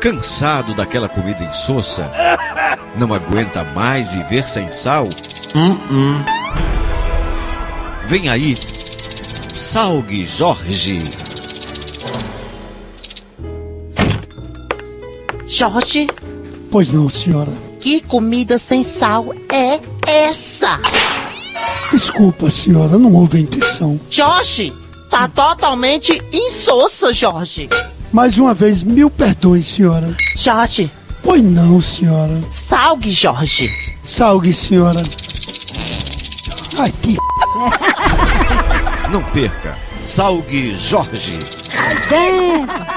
cansado daquela comida insossa? Não aguenta mais viver sem sal? Vem aí, Salgue Jorge. Jorge, Pois não, senhora. que comida sem sal é essa? Desculpa, senhora, não houve a intenção. Jorge, tá totalmente insossa, Jorge. Mais uma vez, mil perdões, senhora. Jorge, Pois não, senhora. salgue, Jorge. Salgue, senhora. Ai, que Não perca, Salgue Jorge. Dentro.